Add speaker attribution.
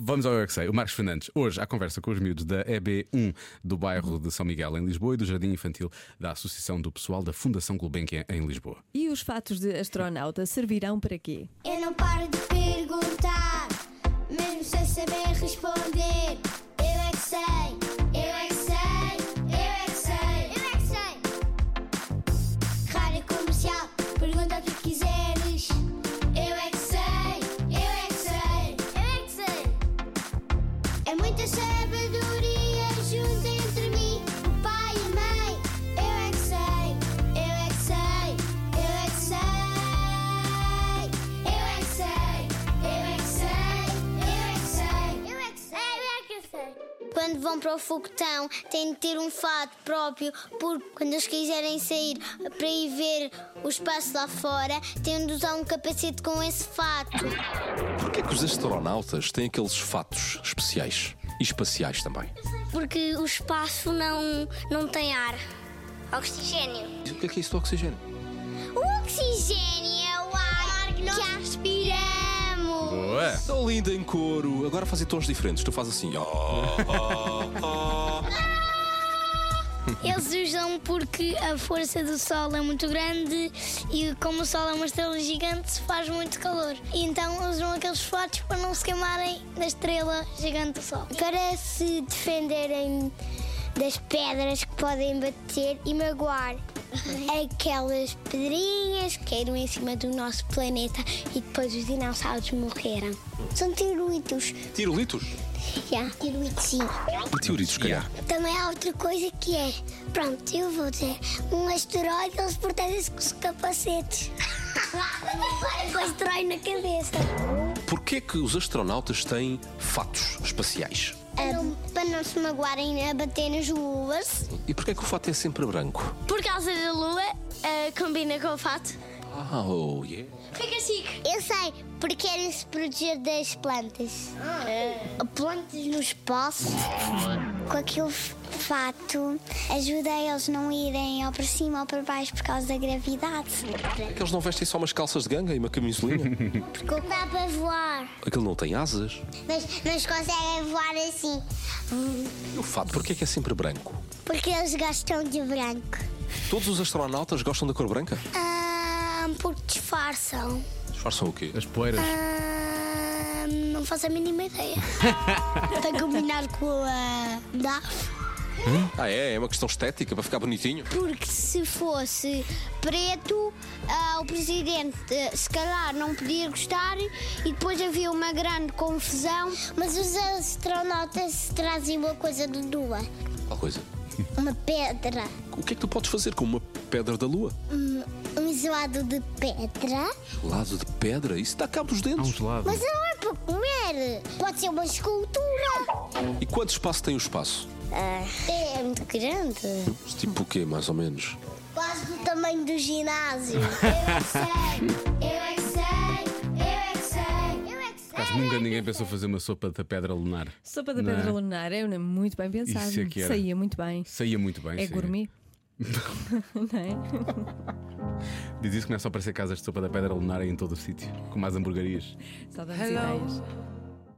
Speaker 1: Vamos ao Eu É Que Sei. O Marcos Fernandes, hoje, à conversa com os miúdos da EB1 do bairro de São Miguel, em Lisboa, e do Jardim Infantil da Associação do Pessoal da Fundação Gulbenkian, em Lisboa.
Speaker 2: E os fatos de astronauta servirão para quê?
Speaker 3: Eu não paro de perguntar, mesmo sem saber responder. Eu é que sei, eu é que sei, eu é que sei, eu é que sei. Rádio comercial, pergunta o que quiseres. Eu é que sei, eu é que sei, eu é que sei. É muita sabedoria junto entre mim, o pai e a mãe. Eu é que sei, eu é que sei, eu é que sei. Eu é que sei, eu é que sei, eu é que sei. Eu é que sei, eu é que sei. Quando vão para o foguetão, têm de ter um fato próprio, porque quando eles quiserem sair para ir ver o espaço lá fora, têm de usar um capacete com esse fato.
Speaker 4: Porquê que os astronautas têm aqueles fatos especiais e espaciais também?
Speaker 3: Porque o espaço não, não tem ar. Oxigênio.
Speaker 4: E o que é que é isso do oxigênio?
Speaker 3: O oxigênio é o ar, que nós aspiramos.
Speaker 1: Boa!
Speaker 4: Tão linda em couro. Agora fazem tons diferentes. Tu fazes assim. ó, ó, ó.
Speaker 3: Eles usam porque a força do sol é muito grande e como o sol é uma estrela gigante faz muito calor. E então usam aqueles fatos para não se queimarem da estrela gigante do sol. Para se defenderem das pedras que podem bater e magoar. Aquelas pedrinhas que caíram em cima do nosso planeta e depois os dinossauros morreram. São tiruitos.
Speaker 4: Tirolitos?
Speaker 3: Yeah. Tiruitos, sim.
Speaker 4: Meteoritos, se calhar.
Speaker 3: Também há outra coisa que é, pronto, eu vou dizer, um asteroide eles protegem-se com os capacetes. com o asteroide na cabeça.
Speaker 4: Porquê que os astronautas têm fatos espaciais?
Speaker 3: para não se magoarem né, a bater nas luas.
Speaker 4: E porquê que o fato é sempre branco?
Speaker 3: Por causa da lua, combina com o fato.
Speaker 4: Ah, oh, yeah.
Speaker 3: Fica chique. Eu sei, porque querem se proteger das plantas. Ah. Plantas no espaço. Com aquele f- fato, ajuda eles não irem ou para cima ou para baixo por causa da gravidade.
Speaker 4: É que eles não vestem só umas calças de ganga e uma camisolinha?
Speaker 3: Porque dá para voar.
Speaker 4: Aquilo não tem asas?
Speaker 3: Mas, mas conseguem voar assim.
Speaker 4: E o fato, porquê que é sempre branco?
Speaker 3: Porque eles gostam de branco.
Speaker 4: Todos os astronautas gostam da cor branca?
Speaker 3: Ah, porque disfarçam.
Speaker 4: Disfarçam o quê?
Speaker 1: As poeiras.
Speaker 3: Ah, não faço a mínima ideia. Para combinar com a DAF.
Speaker 4: Ah, é? É uma questão estética para ficar bonitinho?
Speaker 3: Porque se fosse preto, ah, o presidente eh, se calhar não podia gostar e depois havia uma grande confusão. Mas os astronautas trazem uma coisa de lua,
Speaker 4: Qual coisa?
Speaker 3: uma pedra,
Speaker 4: O que é que tu podes fazer com uma pedra da lua?
Speaker 3: um isolado de pedra.
Speaker 4: Lado de pedra? Isso dá cabo dos dentes.
Speaker 1: gelado.
Speaker 3: Mas não é para comer, pode ser uma escultura.
Speaker 4: E quanto espaço tem o espaço?
Speaker 3: é muito grande.
Speaker 4: Tipo o quê, mais ou menos?
Speaker 3: Quase do tamanho do ginásio. é Eu é que sei, eu é que sei, eu é que sei.
Speaker 1: Quase nunca ninguém pensou fazer uma sopa da pedra lunar.
Speaker 2: Sopa da
Speaker 1: Não é?
Speaker 2: pedra lunar é um- muito bem pensado.
Speaker 1: Isso é que era.
Speaker 2: Saía muito bem.
Speaker 1: Saía muito bem.
Speaker 2: É
Speaker 1: sim.
Speaker 2: gourmet. não é?
Speaker 1: Diz isso que não é só para ser casas de sopa da pedra lunar é em todo o sítio, com mais hamburguerias.
Speaker 2: Só damos ideias.